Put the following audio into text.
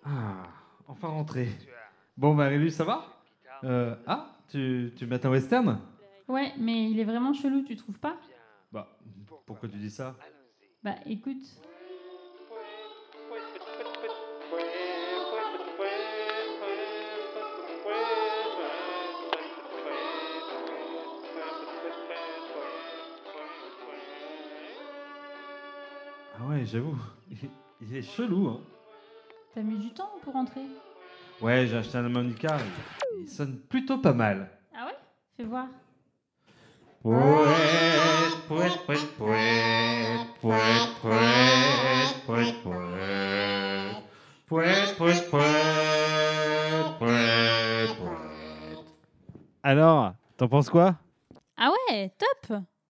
pas Ah, rentré. Bon, bah, Rélus, ça va Euh, Ah, tu, tu mates un western Ouais, mais il est vraiment chelou, tu trouves pas Bah, pourquoi tu dis ça Bah écoute, Ah ouais, j'avoue. Il est chelou, hein. t'as mis du temps pour rentrer Ouais, j'ai acheté un harmonica. Il, il sonne plutôt pas mal. Ah ouais Fais voir. Poète, poète, poète, poète, poète, poète, poète, poète. Poète, poète, poète, poète, poète. Alors, t'en penses quoi Ah ouais, top